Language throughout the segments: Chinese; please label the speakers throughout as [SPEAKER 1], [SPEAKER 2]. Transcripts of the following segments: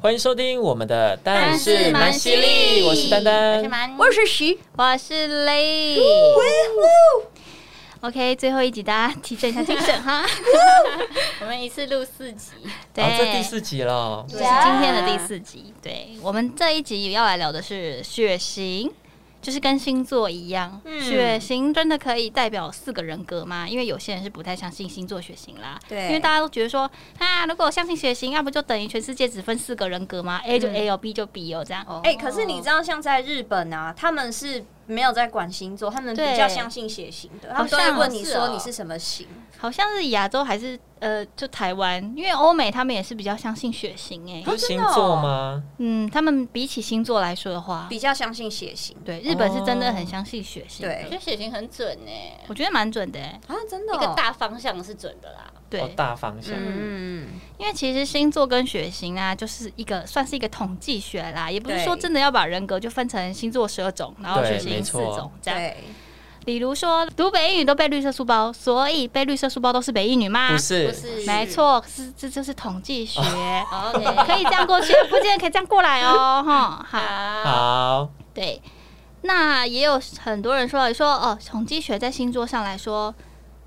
[SPEAKER 1] 欢迎收听我们的，但是
[SPEAKER 2] 是
[SPEAKER 1] 蛮
[SPEAKER 2] 蛮
[SPEAKER 1] 犀
[SPEAKER 2] 犀
[SPEAKER 1] 利，
[SPEAKER 2] 利
[SPEAKER 1] 我是丹丹，
[SPEAKER 2] 我是徐，我是雷。OK，最后一集大家提振一下精神 哈。
[SPEAKER 3] 我们一次录四集，
[SPEAKER 2] 对，
[SPEAKER 1] 啊，这第四集了，
[SPEAKER 2] 这是今天哦的第四集。对我们这一集要来聊的是血型，就是跟星座一样，
[SPEAKER 3] 嗯
[SPEAKER 2] 血型真的可以代表四个人格吗？因为有些人是不太相信星座血型啦。
[SPEAKER 3] 对
[SPEAKER 2] 因为大家都觉得说啊，如果我相信血型，要不就等于全世界只分四个人格吗？A 就
[SPEAKER 1] 嗯
[SPEAKER 2] A 哦、b 就 B 哦，这样。
[SPEAKER 3] 哎、可是你知道，像在日本啊，他们是没有在管星座，他们
[SPEAKER 2] 对
[SPEAKER 3] 比较相信血型的，他
[SPEAKER 2] 好
[SPEAKER 3] 们都
[SPEAKER 2] 像
[SPEAKER 3] 会问你
[SPEAKER 2] 是哦
[SPEAKER 3] 说你是什么型。
[SPEAKER 2] 好像是亚洲还是呃，就台湾，因为欧美他们也是比较相信血型哎、
[SPEAKER 1] 不是
[SPEAKER 3] 真
[SPEAKER 1] 星
[SPEAKER 3] 的哦
[SPEAKER 1] 座吗？
[SPEAKER 2] 嗯，他们比起星座来说的话，
[SPEAKER 3] 比较相信血型
[SPEAKER 2] 对日本是真的很相信血型的，
[SPEAKER 3] 哦对
[SPEAKER 4] 我觉得血型很准呢、
[SPEAKER 2] 我觉得蛮准的、哎
[SPEAKER 3] 啊，真的、
[SPEAKER 4] 一个，大方向是准的啦。
[SPEAKER 2] 对、
[SPEAKER 1] 哦，大方向，
[SPEAKER 3] 嗯，
[SPEAKER 2] 因为其实星座跟血型啊，就是一个算是一个统计学啦，也不是
[SPEAKER 3] 对
[SPEAKER 2] 说真的要把人格就分成星座十二种，然后
[SPEAKER 1] 对
[SPEAKER 2] 血
[SPEAKER 1] 没
[SPEAKER 2] 型四
[SPEAKER 1] 错
[SPEAKER 2] 种这样。
[SPEAKER 3] 对，
[SPEAKER 2] 比如说读北一女都背绿色书包，所以背绿色书包都是北一女吗？
[SPEAKER 1] 不，是
[SPEAKER 4] 不，是，
[SPEAKER 2] 没。错，是嗯这就是统 计学。哦
[SPEAKER 4] OK，
[SPEAKER 2] 可以这样过去，不见得可以这样过来 哦，哈，好，
[SPEAKER 4] 好，
[SPEAKER 1] 好，
[SPEAKER 2] 对，那也有很多人说说哦，统计学在星座上来说，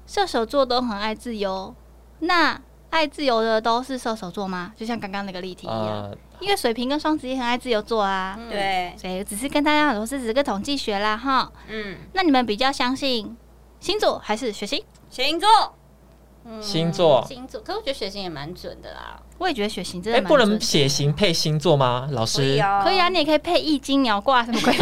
[SPEAKER 2] 射手座都很爱自由，那爱自由的都是射手座吗？就像刚刚那个例题一样，
[SPEAKER 1] 呃，
[SPEAKER 2] 因为水瓶跟双子也很爱自由座啊，
[SPEAKER 4] 嗯
[SPEAKER 3] 对，
[SPEAKER 2] 所以只是跟大家说这只是个统计学啦哈。
[SPEAKER 3] 嗯，
[SPEAKER 2] 那你们比较相信星座还是血型？
[SPEAKER 3] 星座，
[SPEAKER 4] 嗯
[SPEAKER 1] 星座
[SPEAKER 4] 星座，可是我觉得血型也蛮准的啦。
[SPEAKER 2] 我也觉得血型真的
[SPEAKER 1] 哎，
[SPEAKER 2] 蛮
[SPEAKER 1] 不
[SPEAKER 2] 准
[SPEAKER 1] 能
[SPEAKER 2] 的
[SPEAKER 1] 血型配星座吗？老师，
[SPEAKER 3] 哦
[SPEAKER 2] 可 以啊，，你也可以配易经、鸟卦什么鬼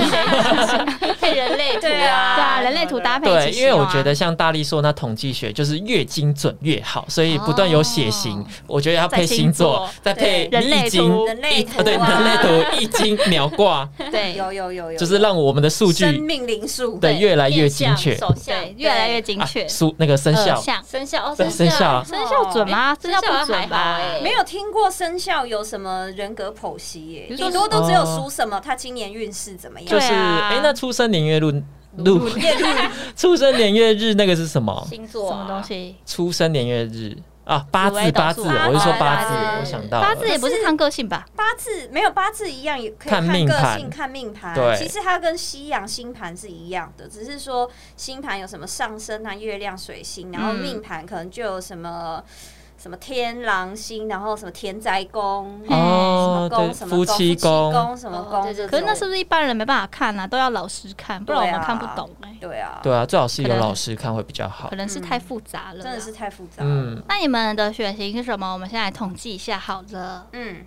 [SPEAKER 2] 对
[SPEAKER 4] 配人类图
[SPEAKER 3] 对啊
[SPEAKER 2] 啊，人类图搭配
[SPEAKER 1] 对，
[SPEAKER 2] 一起
[SPEAKER 1] 因为
[SPEAKER 2] 使用
[SPEAKER 1] 我
[SPEAKER 2] 啊
[SPEAKER 1] 觉得像大力说那统计学就是越精准越好，所以不断有血型
[SPEAKER 2] 哦，
[SPEAKER 1] 我觉得要配星座，再配
[SPEAKER 2] 对人类
[SPEAKER 1] 易经
[SPEAKER 2] 图
[SPEAKER 3] 人类
[SPEAKER 1] 易
[SPEAKER 3] 图
[SPEAKER 1] 啊，对，
[SPEAKER 3] 啊
[SPEAKER 1] 人类图、易经、鸟 卦，
[SPEAKER 2] 对
[SPEAKER 3] 有有有有，
[SPEAKER 1] 就是让我们的数
[SPEAKER 3] 生
[SPEAKER 1] 据啊
[SPEAKER 3] 命灵数，
[SPEAKER 1] 对越来越精确
[SPEAKER 4] 面相手
[SPEAKER 2] 对
[SPEAKER 4] 相，
[SPEAKER 2] 越来越精
[SPEAKER 1] 啊
[SPEAKER 2] 确。
[SPEAKER 1] 数那个生肖
[SPEAKER 2] 呃，像
[SPEAKER 4] 生肖哦，
[SPEAKER 1] 对生肖
[SPEAKER 2] 生肖准吗？生肖不准吧
[SPEAKER 4] 生肖还好？欸
[SPEAKER 3] 没有听过生肖有什么人格剖析耶、
[SPEAKER 2] 比如说
[SPEAKER 3] 顶多都只有输什么，他今年运势怎么样？
[SPEAKER 1] 哦就是
[SPEAKER 2] 对啊
[SPEAKER 1] 哎，那出生年月日录 出生年月日那个是什么？
[SPEAKER 4] 星座
[SPEAKER 2] 什
[SPEAKER 4] 啊
[SPEAKER 2] 么东？西？
[SPEAKER 1] 出生年月日啊，八
[SPEAKER 2] 紫微
[SPEAKER 1] 字
[SPEAKER 2] 斗
[SPEAKER 1] 八
[SPEAKER 2] 数
[SPEAKER 1] 字，我是说八
[SPEAKER 3] 八
[SPEAKER 1] 字
[SPEAKER 3] 字，
[SPEAKER 1] 我想到了
[SPEAKER 2] 八字也不是看个性吧？
[SPEAKER 3] 八字没有八字一样，也可以
[SPEAKER 1] 看
[SPEAKER 3] 看
[SPEAKER 1] 命
[SPEAKER 3] 个
[SPEAKER 1] 盘
[SPEAKER 3] 性、看命盘。
[SPEAKER 1] 对
[SPEAKER 3] 其实它跟西洋星盘是一样的，只是说星盘有什么上升啊、月亮、水星，然后
[SPEAKER 2] 嗯
[SPEAKER 3] 命盘可能就有什么。什么天狼星，然后什么田宅宫，
[SPEAKER 2] 嗯
[SPEAKER 1] 哦
[SPEAKER 3] 什么，宫
[SPEAKER 1] 对，
[SPEAKER 3] 什么宫
[SPEAKER 1] 夫妻宫，
[SPEAKER 3] 宫，什么
[SPEAKER 4] 哦
[SPEAKER 3] 宫
[SPEAKER 4] 对对
[SPEAKER 3] 这
[SPEAKER 4] 对
[SPEAKER 3] 种？
[SPEAKER 2] 可是那是不是一般人没办法看啊？都要老师看，不然我
[SPEAKER 3] 对
[SPEAKER 2] 们
[SPEAKER 3] 啊
[SPEAKER 2] 看不懂哎。
[SPEAKER 3] 对啊，
[SPEAKER 1] 对啊，最好是有
[SPEAKER 2] 可能
[SPEAKER 1] 老师看会比较好
[SPEAKER 2] 可。能是太复杂了
[SPEAKER 3] 真
[SPEAKER 2] 啦。
[SPEAKER 3] 的是太复杂。嗯
[SPEAKER 1] 嗯，
[SPEAKER 2] 那你们的血型是什么？我们先来统计一下好了。
[SPEAKER 3] 嗯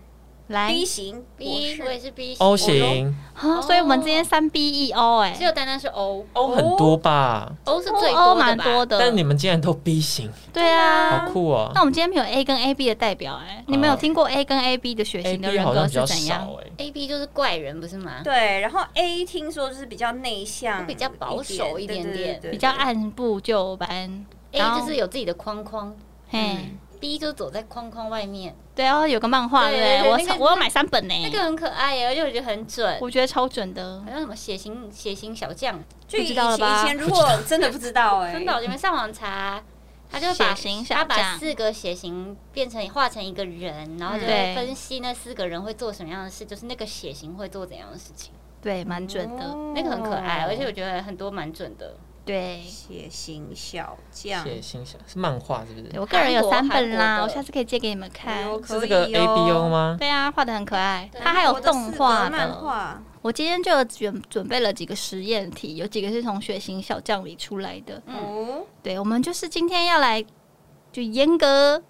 [SPEAKER 2] 来
[SPEAKER 3] ，B 型我
[SPEAKER 4] B
[SPEAKER 3] 是
[SPEAKER 4] 我也是 B 型
[SPEAKER 1] O，型
[SPEAKER 2] 啊，所以我们今天三 B 一 O 哎
[SPEAKER 4] 只，有单单是 O，O
[SPEAKER 2] 哦
[SPEAKER 1] O 哦很多
[SPEAKER 3] 哦
[SPEAKER 1] 吧，
[SPEAKER 4] 是最
[SPEAKER 2] O
[SPEAKER 4] 多
[SPEAKER 2] 哦蛮
[SPEAKER 4] 的吧
[SPEAKER 2] 多的，
[SPEAKER 1] 但你们竟然都 B 型，
[SPEAKER 2] 对啊
[SPEAKER 1] 好。酷哦
[SPEAKER 2] 那我们今天没有 A 跟 AB 的代表哎，你们有听过 A 跟 AB 的血
[SPEAKER 1] ！A
[SPEAKER 2] 型的
[SPEAKER 1] B
[SPEAKER 2] 人
[SPEAKER 1] 好像
[SPEAKER 2] 格
[SPEAKER 1] 比较
[SPEAKER 2] 是怎样
[SPEAKER 1] 少？哎，
[SPEAKER 4] A B 就是怪人不是吗？
[SPEAKER 3] 对，然后 A 听说就是比较内向，
[SPEAKER 4] 比较保守一点
[SPEAKER 3] 对对
[SPEAKER 4] 点
[SPEAKER 3] 对对
[SPEAKER 2] 比较按部就班。然
[SPEAKER 4] ，A
[SPEAKER 2] 后嗯
[SPEAKER 4] 就是有自己的框框嗯
[SPEAKER 2] 嘿，
[SPEAKER 4] ，B 就走在框框外面，
[SPEAKER 2] 对哦，有个漫画对
[SPEAKER 4] 对
[SPEAKER 2] 不对？
[SPEAKER 4] 对
[SPEAKER 2] 我
[SPEAKER 4] 那个
[SPEAKER 2] 超我要买三本呢，
[SPEAKER 4] 那个很可爱耶，而且我觉得很准，
[SPEAKER 2] 嗯我觉得超准的
[SPEAKER 4] 好。像什么血型血型小将，
[SPEAKER 3] 就
[SPEAKER 2] 不
[SPEAKER 3] 以
[SPEAKER 2] 知道了吧
[SPEAKER 3] 以前如果真的不知道哎、
[SPEAKER 4] 真的，你们上网查，他就把
[SPEAKER 2] 血型小
[SPEAKER 4] 他
[SPEAKER 2] 将
[SPEAKER 4] 把四个血型变成画成一个人，然后就
[SPEAKER 2] 对
[SPEAKER 4] 会分析那四个人会做什么样的事，就是那个血型会做怎样的事情，
[SPEAKER 2] 对，蛮准的。
[SPEAKER 4] 那个很可爱，而且我觉得很多蛮准的。
[SPEAKER 2] 对，
[SPEAKER 3] 血型小将，
[SPEAKER 1] 血型小是漫画是不是
[SPEAKER 2] 对？我个人有三本啦，
[SPEAKER 4] 韩国哦
[SPEAKER 2] 我下次可以借给你们看。
[SPEAKER 3] 哎
[SPEAKER 1] 是这
[SPEAKER 3] 哦
[SPEAKER 1] 个 A B O？吗？
[SPEAKER 2] 对啊，画的很可爱，
[SPEAKER 4] 对
[SPEAKER 2] 它还有
[SPEAKER 3] 我的
[SPEAKER 2] 动
[SPEAKER 3] 四格
[SPEAKER 2] 画
[SPEAKER 3] 漫
[SPEAKER 2] 的。
[SPEAKER 3] 画，
[SPEAKER 2] 我今天就有准准备了几个实验题，有几个是从血型小将里出来的。
[SPEAKER 3] 哦，
[SPEAKER 2] 对，我们就是今天要来就严格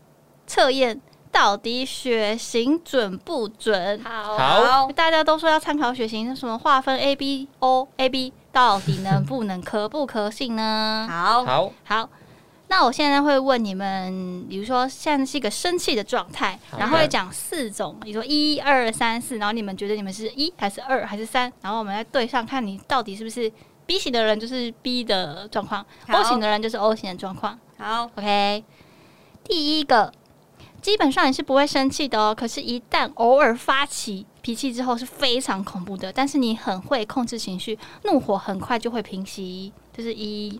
[SPEAKER 2] 测验到底血型准不准。
[SPEAKER 4] 好，
[SPEAKER 1] 好，
[SPEAKER 2] 大家都说要参考血型，什么划分 A B O A B，到底能不能可不可信 呢？
[SPEAKER 3] 好，
[SPEAKER 1] 好，
[SPEAKER 2] 好，那我现在会问你们，比如说现在是一个生气的状态，
[SPEAKER 1] 好的
[SPEAKER 2] 然后会讲四种，比如说一二三四，然后你们觉得你们是一还是二还是三，然后我们来对上看你到底是不是 B 型的人就是 B 的状况
[SPEAKER 3] 好
[SPEAKER 2] ，O 型的人就是 O 型的状况。
[SPEAKER 3] 好，
[SPEAKER 2] OK，第一个，基本上你是不会生气的哦，可是，一旦偶尔发起脾气之后是非常恐怖的，但是你很会控制情绪，怒火很快就会平息，这、是一。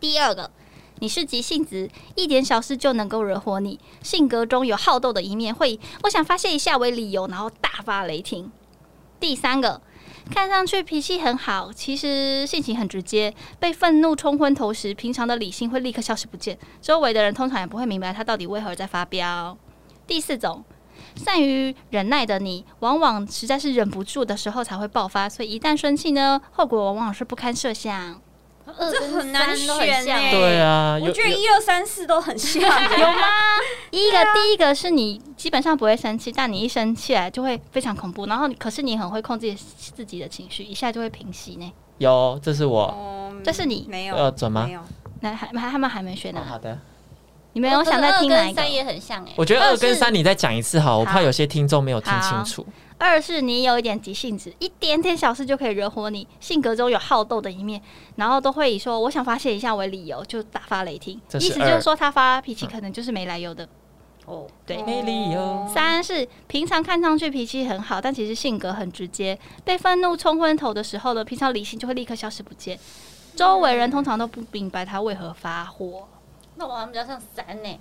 [SPEAKER 2] 第二个，你是急性子，一点小事就能够惹火你，性格中有好斗的一面，会以我想发泄一下为理由，然后大发雷霆。第三个，看上去脾气很好，其实性情很直接，被愤怒冲昏头时，平常的理性会立刻消失不见，周围的人通常也不会明白他到底为何在发飙。第四种，善于忍耐的你，往往实在是忍不住的时候才会爆发，所以一旦生气呢，后果往往是不堪设想。
[SPEAKER 4] 二
[SPEAKER 3] 这
[SPEAKER 4] 跟
[SPEAKER 3] 很难
[SPEAKER 4] 三都很
[SPEAKER 3] 选
[SPEAKER 4] 像
[SPEAKER 3] 欸
[SPEAKER 1] 对啊，
[SPEAKER 3] 我
[SPEAKER 1] 有
[SPEAKER 3] 觉得
[SPEAKER 1] 有
[SPEAKER 3] 一二三四都很像，
[SPEAKER 2] 有吗？一个、第一个是你基本上不会生气，但你一生气啊来就会非常恐怖。然后你可是你很会控制自己的情绪，一下就会平息呢。
[SPEAKER 1] 有，这是
[SPEAKER 2] 哦
[SPEAKER 1] 我。
[SPEAKER 3] 嗯
[SPEAKER 2] 这是你
[SPEAKER 3] 没有
[SPEAKER 1] 呃准吗
[SPEAKER 3] 没有，
[SPEAKER 2] 那还还他们还没学
[SPEAKER 1] 哦
[SPEAKER 2] 呢，
[SPEAKER 1] 好的，
[SPEAKER 2] 你们有想再听哪
[SPEAKER 4] 二
[SPEAKER 2] 一
[SPEAKER 4] 跟
[SPEAKER 2] 个？
[SPEAKER 4] 三也很像哎，
[SPEAKER 1] 我觉得二
[SPEAKER 2] 二
[SPEAKER 1] 跟
[SPEAKER 2] 是
[SPEAKER 1] 三你再讲一次好，我怕
[SPEAKER 2] 好
[SPEAKER 1] 有些听众没有听清
[SPEAKER 2] 好
[SPEAKER 1] 楚。
[SPEAKER 2] 二是你有一点急性子，一点点小事就可以惹火你，性格中有好斗的一面，然后都会以说我想发泄一下为理由就大发雷霆，
[SPEAKER 1] 这是
[SPEAKER 2] 意思就是
[SPEAKER 1] 二嗯
[SPEAKER 2] 说他发脾气可能就是没来由的。
[SPEAKER 4] 哦，
[SPEAKER 2] 对
[SPEAKER 1] 没理由
[SPEAKER 2] 三是平常看上去脾气很好，但其实性格很直接。被愤怒冲昏头的时候呢，平常理性就会立刻消失不见。周围人通常都不明白他为何发火。
[SPEAKER 4] 那我好像比较像三欸呢，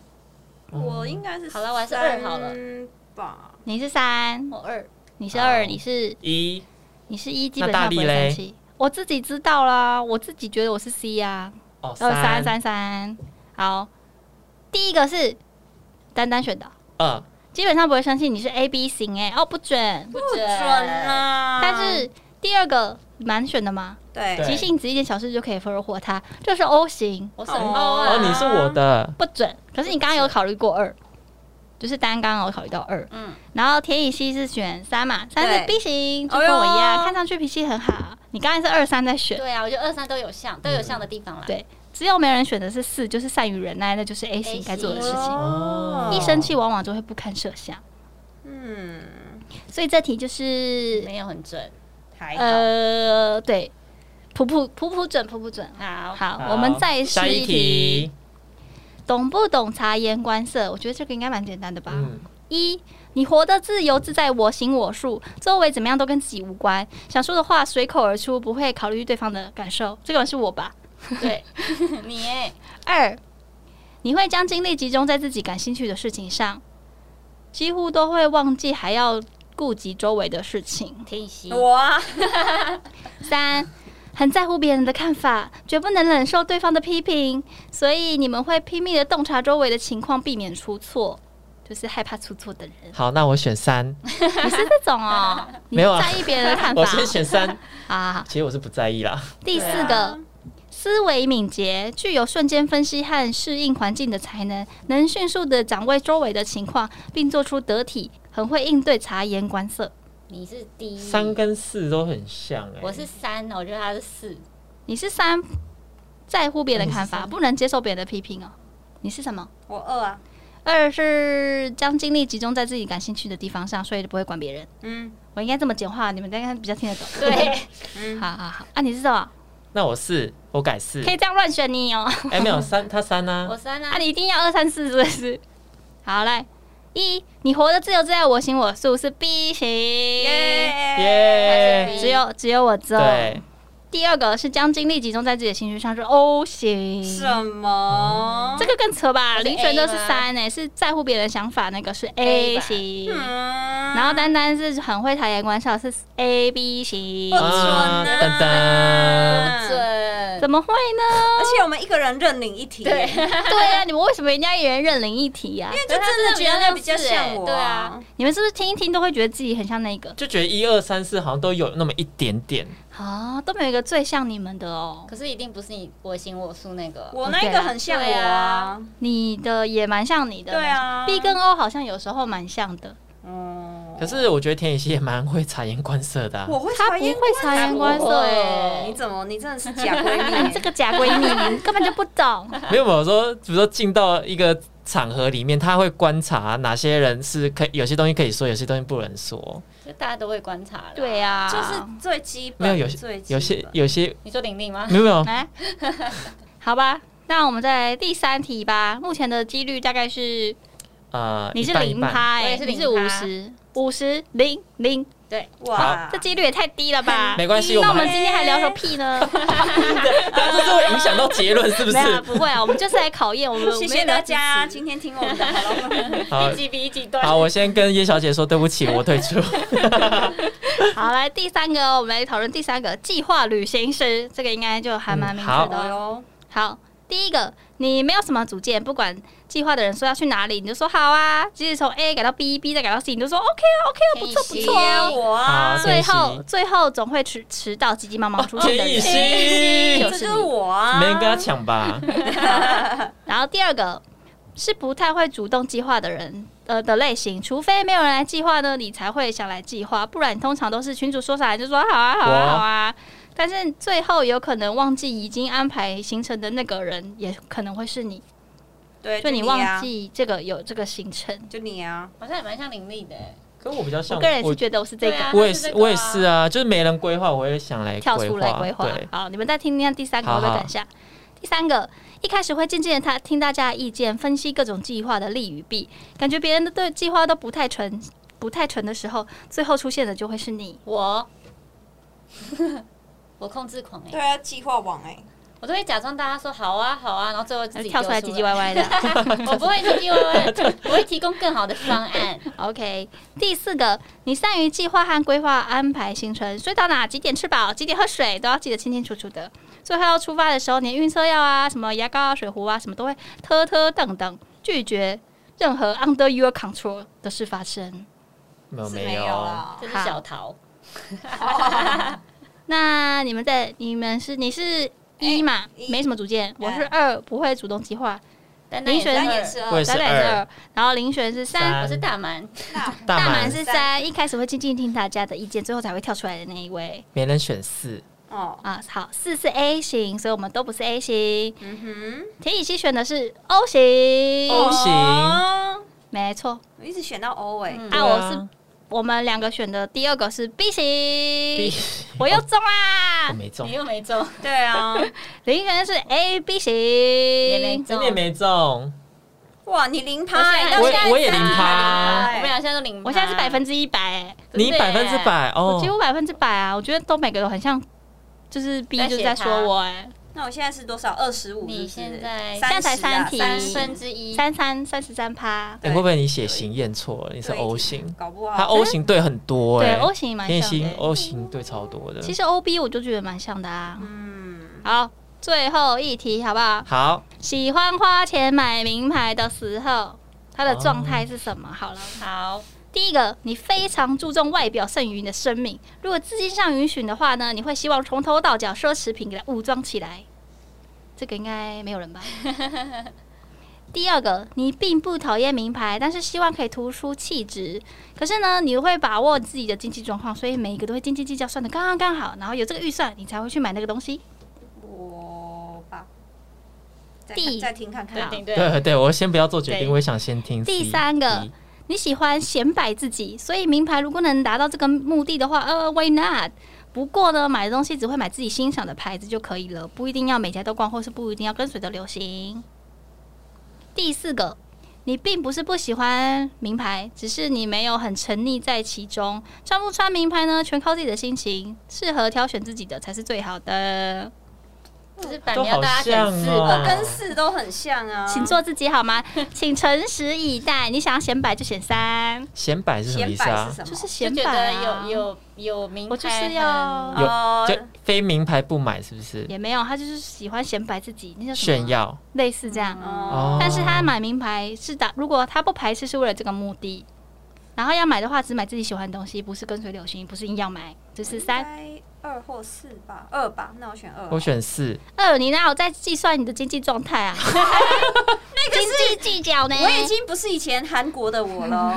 [SPEAKER 3] 我应该是
[SPEAKER 4] 好了我还是二好了
[SPEAKER 3] 三吧，
[SPEAKER 2] 你是三，
[SPEAKER 4] 我二
[SPEAKER 2] 你是二，
[SPEAKER 1] 好
[SPEAKER 2] 你是
[SPEAKER 1] 一
[SPEAKER 2] 你是一，基
[SPEAKER 1] 那
[SPEAKER 2] 本
[SPEAKER 1] 大
[SPEAKER 2] 上
[SPEAKER 1] 力
[SPEAKER 2] 不会
[SPEAKER 1] 嘞
[SPEAKER 2] 生气。我自己知道啦，我自己觉得我是 C 啊呀、
[SPEAKER 1] 哦
[SPEAKER 2] 二三三三。好，第一个是丹丹选的，
[SPEAKER 1] 二
[SPEAKER 2] 基本上不会生气。你是 A B 型哎、哦不准。
[SPEAKER 4] 不
[SPEAKER 3] 不准啊！
[SPEAKER 2] 但是第二个蛮选的吗？
[SPEAKER 1] 对
[SPEAKER 3] 对，
[SPEAKER 2] 急性子一点小事就可以俘获他，这是 O 型，
[SPEAKER 4] 我是 O
[SPEAKER 1] 哦
[SPEAKER 4] 啊，
[SPEAKER 1] 你是我的
[SPEAKER 2] 不准。可是你刚刚有考虑过二，就是单刚刚有考虑到二，
[SPEAKER 4] 嗯，
[SPEAKER 2] 然后田以希是选三嘛，三是
[SPEAKER 3] 对
[SPEAKER 2] B 型，就
[SPEAKER 3] 哎呦
[SPEAKER 2] 跟我一样，看上去脾气很好。你刚才是二三在选，
[SPEAKER 4] 对啊，我觉得二三都有像，都有像的地方啦。
[SPEAKER 2] 对只有没人选的是四，就是善于忍耐，那就是 A 型
[SPEAKER 4] A
[SPEAKER 2] 该做的
[SPEAKER 4] 型
[SPEAKER 2] 事情。
[SPEAKER 1] 哦
[SPEAKER 2] 一生气往往就会不堪设想，
[SPEAKER 3] 嗯，
[SPEAKER 2] 所以这题就是
[SPEAKER 4] 没有很准。
[SPEAKER 3] 还好。
[SPEAKER 2] 呃，对，普普普普准，普普准。
[SPEAKER 4] 好，
[SPEAKER 2] 好，
[SPEAKER 1] 好
[SPEAKER 2] 我们再
[SPEAKER 1] 下
[SPEAKER 2] 试
[SPEAKER 1] 一
[SPEAKER 2] 一题。
[SPEAKER 1] 题，
[SPEAKER 2] 懂不懂察言观色？我觉得这个应该蛮简单的吧。
[SPEAKER 1] 嗯，
[SPEAKER 2] 一，你活得自由自在，我行我素，周围怎么样都跟自己无关，想说的话随口而出，不会考虑对方的感受。这个是我吧。
[SPEAKER 4] 对，你哎，
[SPEAKER 2] 二，你会将精力集中在自己感兴趣的事情上，几乎都会忘记还要顾及周围的事情。
[SPEAKER 4] 田以希，
[SPEAKER 3] 哇，
[SPEAKER 2] 三，很在乎别人的看法，绝不能忍受对方的批评，所以你们会拼命的洞察周围的情况，避免出错，就是害怕出错 的人。
[SPEAKER 1] 嗯好，那我选三，
[SPEAKER 2] 你是这种哦，你
[SPEAKER 1] 没有啊
[SPEAKER 2] 在意别人的看法
[SPEAKER 1] 我先选三，
[SPEAKER 2] 啊。好
[SPEAKER 1] 其实我是不在意啦。
[SPEAKER 2] 第四
[SPEAKER 3] 对
[SPEAKER 2] 个
[SPEAKER 3] 啊，
[SPEAKER 2] 思维敏捷，具有瞬间分析和适应环境的才能，能迅速的掌握周围的情况，并做出得体，很会应对察言观色。
[SPEAKER 4] 你是 D，
[SPEAKER 1] 三，跟四都很像哎、
[SPEAKER 4] 我是三，哦我觉得他 是四，
[SPEAKER 2] 你是三，在乎别人的看
[SPEAKER 1] 我是
[SPEAKER 2] 法，
[SPEAKER 3] 嗯
[SPEAKER 1] 三
[SPEAKER 2] 不能接受别人的批评哦。你是什么？
[SPEAKER 3] 我二啊，
[SPEAKER 2] 二是将精力集中在自己感兴趣的地方上，所以不会管别人。
[SPEAKER 3] 嗯
[SPEAKER 2] 我应该这么简化，你们应该比较听得懂。
[SPEAKER 4] 对，
[SPEAKER 3] 嗯，
[SPEAKER 2] 好好好，啊，你是什么？
[SPEAKER 1] 那我四，我改四
[SPEAKER 4] 嗯
[SPEAKER 2] 可，以这样乱选你哦。
[SPEAKER 1] 哎、没有三，他三呢、
[SPEAKER 4] 我三啊
[SPEAKER 2] 啊，，你一定要二三四是不是？好，
[SPEAKER 4] 嗯
[SPEAKER 2] 来，一，你活得自由自在，我行我素是 B 型，
[SPEAKER 1] 耶、
[SPEAKER 4] 还是 B
[SPEAKER 2] 只有只有我中。
[SPEAKER 1] 对，
[SPEAKER 2] 第二个是将精力集中在自己的情绪上，是 O 型。
[SPEAKER 3] 什
[SPEAKER 1] 哦
[SPEAKER 3] 么？
[SPEAKER 2] 这个更扯吧？
[SPEAKER 4] 我啊是
[SPEAKER 2] 林璇都是
[SPEAKER 4] A 吗
[SPEAKER 2] 三呢、欸是在乎别人想法，那个是 A
[SPEAKER 4] A 吧
[SPEAKER 2] 型。
[SPEAKER 3] 嗯
[SPEAKER 2] 然后丹丹是很会察言观色，是 A B 型
[SPEAKER 3] 不。准啊！
[SPEAKER 1] 啊噔噔
[SPEAKER 4] 准，
[SPEAKER 2] 怎么会呢？
[SPEAKER 3] 而且我们一个人认领一题，
[SPEAKER 4] 对，
[SPEAKER 3] 因
[SPEAKER 2] 对啊，你们为什么人家一人认领一题呀、
[SPEAKER 3] 为就真的觉得那比较像
[SPEAKER 2] 欸
[SPEAKER 3] 我，
[SPEAKER 4] 对啊，
[SPEAKER 2] 你们是不是听一听都会觉得自己很像那个
[SPEAKER 1] 就觉得一二三四好像都有那么一点点，
[SPEAKER 2] 啊？都没有一个最像你们的哦。
[SPEAKER 4] 可是一定不是你我行我素那个，
[SPEAKER 3] 我那一个很像我啊，
[SPEAKER 2] 你的也蛮像你的，
[SPEAKER 3] 对啊
[SPEAKER 2] ，B 跟 O 好像有时候蛮像的，
[SPEAKER 3] 嗯，
[SPEAKER 1] 可是我觉得田雨希也蛮会察言观色的、啊。
[SPEAKER 3] 我会
[SPEAKER 2] 她
[SPEAKER 3] 察
[SPEAKER 2] 不
[SPEAKER 3] 言
[SPEAKER 2] 会察言观色
[SPEAKER 4] 哎
[SPEAKER 3] 你怎么？你真的是假闺
[SPEAKER 2] 你
[SPEAKER 3] 蜜？
[SPEAKER 2] 哎
[SPEAKER 3] 啊
[SPEAKER 2] 这个假闺 蜜，你根本就不懂。
[SPEAKER 1] 没有，我说，比如说进到一个场合里面，他会观察哪些人是可以，有些东西可以说，有些东西不能说。
[SPEAKER 4] 就大家都会观察啦
[SPEAKER 2] 对，啊，
[SPEAKER 3] 就是最基本，
[SPEAKER 1] 没有，有
[SPEAKER 3] 最
[SPEAKER 1] 些
[SPEAKER 3] 基
[SPEAKER 1] 有
[SPEAKER 3] 本
[SPEAKER 1] 些有些
[SPEAKER 4] 你说玲玲吗？
[SPEAKER 1] 没有没有，
[SPEAKER 2] 来， 好吧，那我们再来第三题吧。目前的几率大概是
[SPEAKER 1] 呃，
[SPEAKER 2] 你是
[SPEAKER 1] 啊一半一
[SPEAKER 2] 零
[SPEAKER 1] 半，
[SPEAKER 2] 趴，
[SPEAKER 4] 我
[SPEAKER 2] 哎，
[SPEAKER 4] 也是
[SPEAKER 2] 你
[SPEAKER 4] 零
[SPEAKER 2] 是五十，五十零零，
[SPEAKER 4] 对，
[SPEAKER 3] 哇，
[SPEAKER 2] 这几率也太低了吧？
[SPEAKER 1] 没关系，我
[SPEAKER 2] 那我
[SPEAKER 1] 们
[SPEAKER 2] 们
[SPEAKER 1] 还
[SPEAKER 2] 今天还聊个屁呢？
[SPEAKER 1] 大家这是会影响到结论，是不是
[SPEAKER 2] 没？有啊，不会啊，我们就是来考验我们。
[SPEAKER 3] 谢
[SPEAKER 2] 我们也
[SPEAKER 3] 谢
[SPEAKER 2] 没有
[SPEAKER 3] 大
[SPEAKER 2] 支持
[SPEAKER 3] 家今天听 我们的好了。
[SPEAKER 1] 好
[SPEAKER 4] 一，集比一集短。
[SPEAKER 1] 好，我先跟叶小姐说对不起，我退 出。
[SPEAKER 2] 好，来第三个哦，我们来讨论第三个计划旅行师，这个应该就还蛮明确
[SPEAKER 1] 好
[SPEAKER 2] 的、
[SPEAKER 3] 嗯
[SPEAKER 2] 哦好，第一个，你没有什么主见，不管计划的人说要去哪里，你就说好啊。即使从 A 改到 B，B 再改到 C，你就说 OK 啊，OK 啊，不错不
[SPEAKER 4] 天
[SPEAKER 2] 错
[SPEAKER 3] 贴
[SPEAKER 2] 哦。
[SPEAKER 3] 我啊
[SPEAKER 1] 好，
[SPEAKER 2] 最
[SPEAKER 1] 天
[SPEAKER 2] 后，
[SPEAKER 1] 喜
[SPEAKER 2] 最后总会迟迟到，急急忙忙出现的
[SPEAKER 1] 田以
[SPEAKER 2] 人。
[SPEAKER 1] 希，
[SPEAKER 2] 就
[SPEAKER 3] 这
[SPEAKER 2] 是
[SPEAKER 3] 就是
[SPEAKER 2] 你
[SPEAKER 3] 我啊，
[SPEAKER 1] 没人跟他抢吧？
[SPEAKER 2] 然后第二个是不太会主动计划的人，呃的类型，除非没有人来计划呢，你才会想来计划，不然你通常都是群主说啥你就说好啊好啊
[SPEAKER 1] 我
[SPEAKER 2] 好啊，但是最后有可能忘记已经安排行程的那个人，也可能会是你，
[SPEAKER 3] 对，
[SPEAKER 2] 就
[SPEAKER 3] 就
[SPEAKER 2] 你
[SPEAKER 3] 啊
[SPEAKER 2] 忘，记这个有这个行程。
[SPEAKER 3] 就你啊，
[SPEAKER 4] 好像也蛮像林立的欸，
[SPEAKER 1] 可是我比较像
[SPEAKER 2] 我个人是
[SPEAKER 1] 我
[SPEAKER 2] 觉得我是这个
[SPEAKER 4] 对啊
[SPEAKER 1] 我也
[SPEAKER 4] 他是
[SPEAKER 1] 是
[SPEAKER 4] 这个啊
[SPEAKER 1] 我也是啊，就是没人规划，我会想来
[SPEAKER 2] 跳出来规
[SPEAKER 1] 规
[SPEAKER 2] 划
[SPEAKER 1] 对。，
[SPEAKER 2] 好，你们再听听看第三个，
[SPEAKER 1] 好
[SPEAKER 2] 我再
[SPEAKER 1] 好
[SPEAKER 2] 等一下。第三个，一开始会渐渐地他听大家的意见，分析各种计划的利与弊，感觉别人的对计划都不太纯，不太纯的时候，最后出现的就会是你。
[SPEAKER 4] 我 我控制狂哎，
[SPEAKER 3] 对啊，计划网哎，
[SPEAKER 4] 我都会假装大家说好啊好啊，然后最后自己
[SPEAKER 2] 跳出来唧
[SPEAKER 4] 丢
[SPEAKER 2] 唧歪歪的。
[SPEAKER 4] 我不会唧唧 歪歪，我会提供更好的方案。
[SPEAKER 2] OK，第四个，你善于计划和规划安排行程，睡到哪、几点吃饱、几点喝水都要记得清清楚楚的。最后要出发的时候，你的晕车药啊、什么牙膏啊、水壶啊，什么都会特特等等，拒绝任何 under your control 的事发生。
[SPEAKER 1] 没有
[SPEAKER 3] 是
[SPEAKER 1] 没有
[SPEAKER 3] 有
[SPEAKER 2] 啊
[SPEAKER 3] 啦
[SPEAKER 4] 这，是小 桃，
[SPEAKER 2] 那你们在你们是你是一嘛，
[SPEAKER 3] 一
[SPEAKER 2] 没什么主见；我是
[SPEAKER 3] 对
[SPEAKER 2] 二，不会主动计划；
[SPEAKER 4] 但
[SPEAKER 2] 林璇
[SPEAKER 3] 那
[SPEAKER 2] 是啊
[SPEAKER 3] 也
[SPEAKER 4] 也
[SPEAKER 3] 是
[SPEAKER 4] 是
[SPEAKER 1] 我
[SPEAKER 3] 二
[SPEAKER 1] 也，是
[SPEAKER 2] 小也是
[SPEAKER 1] 二
[SPEAKER 2] 二，然后林璇是三，
[SPEAKER 4] 二，我是大满，
[SPEAKER 3] 那
[SPEAKER 1] 大
[SPEAKER 2] 大
[SPEAKER 1] 满
[SPEAKER 2] 满是三，一开始会静静听大家的意见，最后才会跳出来的那一位。
[SPEAKER 1] 没人选四，
[SPEAKER 3] 哦，
[SPEAKER 2] 啊，好，四是 A 型，所以我们都不是 A 型。
[SPEAKER 3] 嗯哼，
[SPEAKER 2] 田以希选的是 O 型，
[SPEAKER 1] O 型
[SPEAKER 3] 哦
[SPEAKER 2] 没错。
[SPEAKER 3] 我一直选到 O 哎，
[SPEAKER 4] 嗯
[SPEAKER 1] 对
[SPEAKER 2] 啊，我是
[SPEAKER 1] 啊，
[SPEAKER 2] 我们两个选的第二个是 B 型
[SPEAKER 1] B
[SPEAKER 2] 我又中啦
[SPEAKER 1] 我。没中
[SPEAKER 4] 你，又没 中，
[SPEAKER 3] 对啊，
[SPEAKER 2] 林璇是 A B 型，
[SPEAKER 4] 也没中，
[SPEAKER 1] 真的也没中，
[SPEAKER 3] 哇，你零趴
[SPEAKER 4] 我
[SPEAKER 3] 哎，到
[SPEAKER 1] 我
[SPEAKER 3] 现在
[SPEAKER 1] 也我也零
[SPEAKER 4] 我
[SPEAKER 1] 趴，
[SPEAKER 4] 们俩现在都零趴，
[SPEAKER 2] 我现在是百分之一百，哎，
[SPEAKER 1] 你
[SPEAKER 4] 真的
[SPEAKER 1] 百
[SPEAKER 4] 耶
[SPEAKER 1] 分之百
[SPEAKER 2] 我
[SPEAKER 1] 哦
[SPEAKER 2] 几，乎百分之百啊！我觉得都每个都很像，就是 B
[SPEAKER 4] 在
[SPEAKER 2] 就是
[SPEAKER 4] 写
[SPEAKER 2] 在
[SPEAKER 4] 他
[SPEAKER 2] 说我哎，
[SPEAKER 3] 那我现在是啊多少？二十五，
[SPEAKER 4] 你现在
[SPEAKER 2] 现在才三题
[SPEAKER 4] 三分之一，
[SPEAKER 2] 三三三十三趴，
[SPEAKER 1] 欸你会不会你血型验错了？你是
[SPEAKER 3] 对哦
[SPEAKER 1] O 型，
[SPEAKER 3] 搞不
[SPEAKER 1] 他
[SPEAKER 3] 好
[SPEAKER 1] O 型对很多
[SPEAKER 2] 对
[SPEAKER 1] 哎，
[SPEAKER 2] O 型蛮
[SPEAKER 1] 田以
[SPEAKER 2] 像
[SPEAKER 1] 希
[SPEAKER 2] 的。欸
[SPEAKER 1] O 型对超多的。
[SPEAKER 2] 其实 O B 我就觉得蛮像的啊。
[SPEAKER 3] 嗯，
[SPEAKER 2] 好，最后一题好不好？
[SPEAKER 1] 好，
[SPEAKER 2] 喜欢花钱买名牌的时候，他的状态是什么？好了，
[SPEAKER 4] 好，
[SPEAKER 2] 第一个，你非常注重外表胜于你的生命。如果资金上允许的话呢，你会希望从头到脚奢侈品给它武装起来。这个应该没有人吧？第二个，你并不讨厌名牌，但是希望可以突出气质。可是呢，你会把握自己的经济状况，所以每一个都会斤斤计较，算的刚刚好，然后有这个预算，你才会去买那个东西。
[SPEAKER 3] 我吧，再
[SPEAKER 2] 第
[SPEAKER 3] 看再听看看
[SPEAKER 4] 对
[SPEAKER 3] 啊，
[SPEAKER 4] 对对，
[SPEAKER 1] 对对，我先不要做决定，
[SPEAKER 2] 对
[SPEAKER 1] 我也想先听 C。
[SPEAKER 2] 第三个
[SPEAKER 1] D
[SPEAKER 2] 你喜欢显摆自己，所以名牌如果能达到这个目的的话，呃，Why not？不过呢，买东西只会买自己欣赏的牌子就可以了，不一定要每家都逛，或是不一定要跟随着流行。第四个，你并不是不喜欢名牌，只是你没有很沉溺在其中。穿不穿名牌呢，全靠自己的心情，适合挑选自己的才是最好的。
[SPEAKER 4] 就是版
[SPEAKER 1] 都
[SPEAKER 4] 面要
[SPEAKER 1] 好
[SPEAKER 4] 大家
[SPEAKER 1] 像
[SPEAKER 4] 选四
[SPEAKER 1] 哦
[SPEAKER 4] 吧，
[SPEAKER 3] 我跟四都很像啊，
[SPEAKER 2] 请做自己好 吗？请诚实以待。你想要显摆就显三，
[SPEAKER 1] 显摆是什么
[SPEAKER 3] 显
[SPEAKER 1] 意思
[SPEAKER 3] 摆
[SPEAKER 1] 啊
[SPEAKER 3] 是？什么？
[SPEAKER 2] 就是
[SPEAKER 4] 哦就
[SPEAKER 2] 显
[SPEAKER 4] 觉
[SPEAKER 2] 摆、
[SPEAKER 4] 得
[SPEAKER 2] 啊、
[SPEAKER 4] 有有有名牌很，
[SPEAKER 2] 我就是要
[SPEAKER 1] 有
[SPEAKER 3] 哦
[SPEAKER 1] 就非名牌不买是不是？
[SPEAKER 2] 也没有，他就是喜欢显摆自己，那叫什么
[SPEAKER 1] 炫，耀
[SPEAKER 2] 类似这样。
[SPEAKER 1] 哦
[SPEAKER 3] 哦，
[SPEAKER 2] 但是他买名牌是打，如果他不排斥是为了这个目的，然后要买的话只买自己喜欢的东西，不是跟随流行，不是硬要买，就是三
[SPEAKER 3] 应该二或四吧，二吧，那我选二，
[SPEAKER 1] 我选四，
[SPEAKER 2] 二。你哪有在计算你的经济状态啊？经济计较呢？
[SPEAKER 3] 我已经不是以前韩国的我了，